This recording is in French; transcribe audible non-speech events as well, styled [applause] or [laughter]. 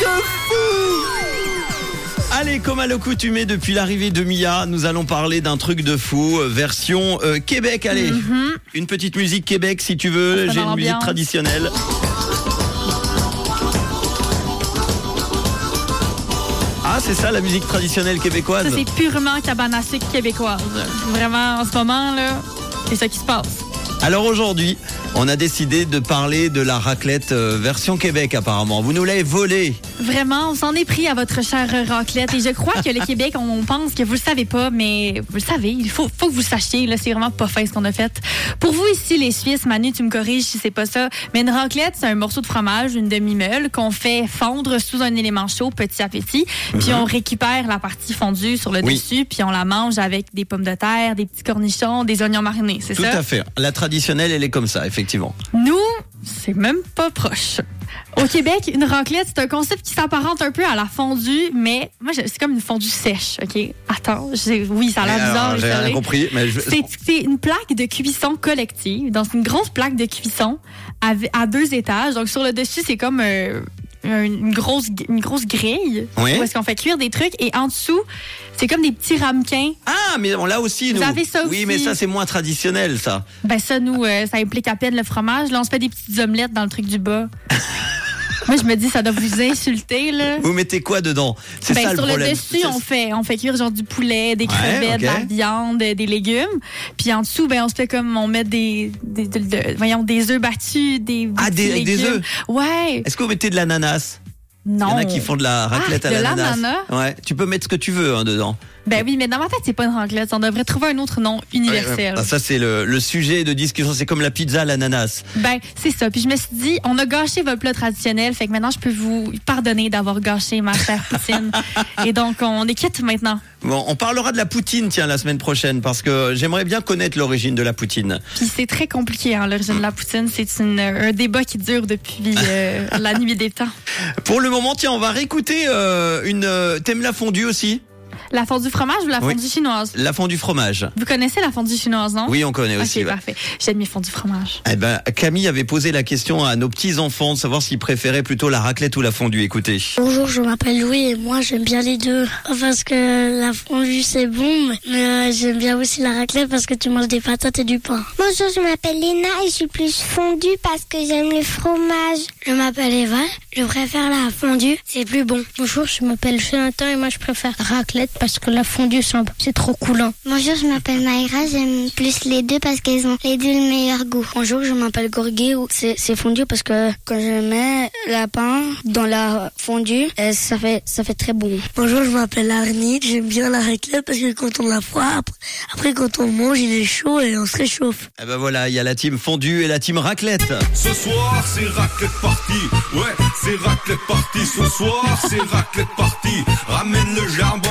de fou Allez, comme à l'accoutumée depuis l'arrivée de Mia, nous allons parler d'un truc de fou, euh, version euh, Québec. Allez, une petite musique Québec si tu veux, Mhm. va j'ai une avoir musique bien. traditionnelle. Ah, c'est ça la musique traditionnelle québécoise Ça, c'est purement cabanastique québécoise. Vraiment, en ce moment, là, c'est ça qui se passe. Alors aujourd'hui, on a décidé de parler de la raclette euh, version Québec apparemment. Vous nous l'avez volée. Vraiment, on s'en est pris à votre chère raclette. Et je crois [laughs] que le Québec, on pense que vous le savez pas, mais vous le savez, il faut, faut que vous le sachiez. Là, c'est vraiment pas fin ce qu'on a fait. Pour vous ici, les Suisses, Manu, tu me corriges si c'est pas ça, mais une raclette, c'est un morceau de fromage, une demi-meule qu'on fait fondre sous un élément chaud, petit à petit. Puis on récupère la partie fondue sur le Oui. dessus, puis on la mange avec des pommes de terre, des petits cornichons, des oignons marinés. C'est Tout ça? à fait. La traditionnelle, elle est comme ça, effectivement. Nous, c'est même pas proche. Au Québec, une raclette, c'est un concept qui s'apparente un peu à la fondue, mais moi, je- c'est comme une fondue sèche, OK? Attends, j'ai- oui, ça a Mais l'air Eh, alors, Ah, bizarre. J'ai rien désolé. compris, mais je- C'est c'est une plaque de cuisson collective, donc une grosse plaque de cuisson avec- à, deux étages. Donc sur le dessus, c'est comme euh, une, grosse, une grosse grille Oui. où est-ce qu'on fait cuire des trucs et en dessous, c'est comme des petits ramequins. Ah, mais on l'a aussi, Vous nous. avez ça Oui, aussi. mais ça, c'est moins traditionnel, ça. Ben ça, nous, euh, ça implique à peine le fromage. Là, on se fait des petites omelettes dans le truc du bas. [laughs] Moi, je me dis, ça doit vous insulter, là. Vous mettez quoi dedans C'est Ben, ça le sur le, problème. dessus, on fait, on fait cuire genre du poulet, des Ouais, crevettes, de ok. la viande, euh, des légumes. Puis en dessous, ben, on se fait comme, on met des, des, de- de- voyons, des œufs battus, des, des, Ah, des- petits des légumes. Ouais. Est-ce que vous mettez de l'ananas Il y Non. en a qui font de la raclette Ah, à de l'ananas. l'ananas Ouais, tu peux mettre ce que tu veux hein, dedans. Ben oui, mais dans ma tête, c'est pas une raclette. On devrait trouver un autre nom universel. Ah, ça, c'est le, le sujet de discussion. C'est comme la pizza à l'ananas. Ben, c'est ça. Puis je me suis dit, on a gâché votre plat traditionnel, fait que maintenant je peux vous pardonner d'avoir gâché ma [laughs] chère poutine. Et donc, on est quitte maintenant. Bon, on parlera de la poutine, tiens, la semaine prochaine, parce que j'aimerais bien connaître l'origine de la poutine. Puis c'est très compliqué, hein, l'origine de la poutine. C'est une- euh, un débat qui dure depuis [laughs] euh, la nuit des temps. Pour le moment, tiens, on va réécouter euh, une. euh, T'aimes la fondue aussi La fondue fromage ou la Oui. fondue chinoise? La fondue fromage. Vous connaissez la fondue chinoise, non? Oui, on connaît aussi. Ok, ouais. parfait. J'aime les fondues fromage. Eh ben, Camille avait posé la question à nos petits enfants de savoir s'ils préféraient plutôt la raclette ou la fondue. Écoutez. Bonjour, je m'appelle Louis et moi j'aime bien les deux. Parce que la fondue c'est bon, mais euh, j'aime bien aussi la raclette parce que tu manges des patates et du pain. Bonjour, je m'appelle Léna et je suis plus fondue parce que j'aime le fromage. Je m'appelle Eva, je préfère la fondue, c'est plus bon. Bonjour, je m'appelle Jonathan et moi je préfère la raclette parce que la fondue c'est trop coulant. Bonjour, je m'appelle Mayra, j'aime plus les deux parce qu'elles ont les deux le meilleur goût. Bonjour, je m'appelle Gorgé, c'est fondu parce que quand je mets la pain dans la fondue, euh, ça fait ça fait très bon. Bonjour, je m'appelle Arnie, j'aime bien la raclette parce que quand on la froid, après, après quand on mange, il est chaud et on se réchauffe. Eh ben voilà, il y a la team fondue et la team raclette. Ce soir c'est raclette party, ouais c'est raclette party, ce soir c'est raclette party, ramène le jambon.